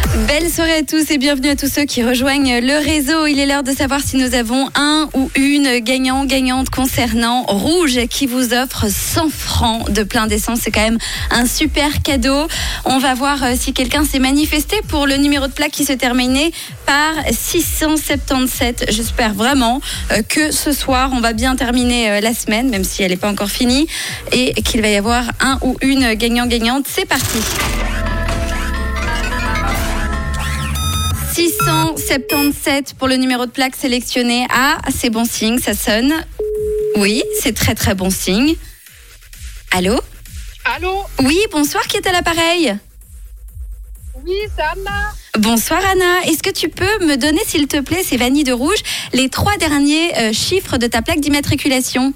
Belle soirée à tous et bienvenue à tous ceux qui rejoignent le réseau. Il est l'heure de savoir si nous avons un ou une gagnant gagnante concernant Rouge qui vous offre 100 francs de plein d'essence. C'est quand même un super cadeau. On va voir euh, si quelqu'un s'est manifesté pour le numéro de plaque qui se terminait par 677. J'espère vraiment euh, que ce soir on va bien terminer euh, la semaine, même si elle n'est pas encore finie, et qu'il va y avoir un ou une gagnant gagnante. C'est parti. 677 pour le numéro de plaque sélectionné. Ah, c'est bon signe, ça sonne. Oui, c'est très très bon signe. Allô Allô Oui, bonsoir, qui est à l'appareil Oui, c'est Anna Bonsoir Anna, est-ce que tu peux me donner s'il te plaît, c'est Vanille de Rouge, les trois derniers euh, chiffres de ta plaque d'immatriculation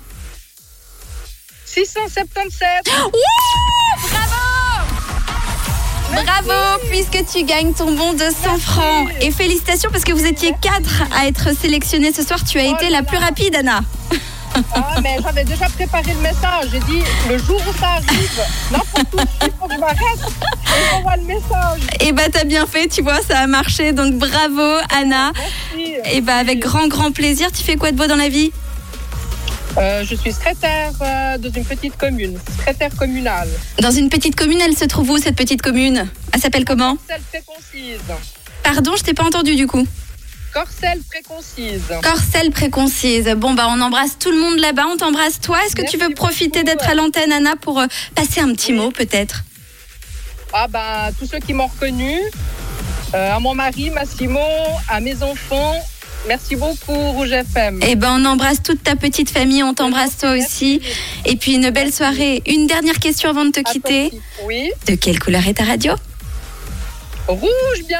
677 Bravo, puisque tu gagnes ton bon de 100 francs. Et félicitations parce que vous étiez quatre à être sélectionnés ce soir, tu as Oh été là la là. plus rapide Anna. Ah, mais j'avais déjà préparé le message. J'ai dit, le jour où ça arrive, n'importe où, il faut que je m'arrête et j'envoie le message. Eh bah t'as bien fait, tu vois, ça a marché, donc bravo Anna. Merci. Et bah avec grand grand plaisir, tu fais quoi de beau dans la vie Euh, je suis secrétaire euh, dans une petite commune, secrétaire communale. Dans une petite commune, elle se trouve où cette petite commune Elle s'appelle comment Corcelle préconcise. Pardon, je t'ai pas entendu du coup. Corcelle préconcise. Corcel préconcise. Bon bah on embrasse tout le monde là-bas, on t'embrasse toi. Est-ce que tu veux Merci profiter beaucoup. d'être à l'antenne Anna pour euh, passer un petit mot peut-être Ah ben, tous ceux qui m'ont reconnue, euh, à mon mari, Massimo, à mes enfants, merci beaucoup Rouge FM. Eh ben on embrasse toute ta petite famille, on t'embrasse toi aussi. Et puis une belle soirée. Une dernière question avant de te À toi quitter. aussi. Oui, De quelle couleur est ta radio rouge bien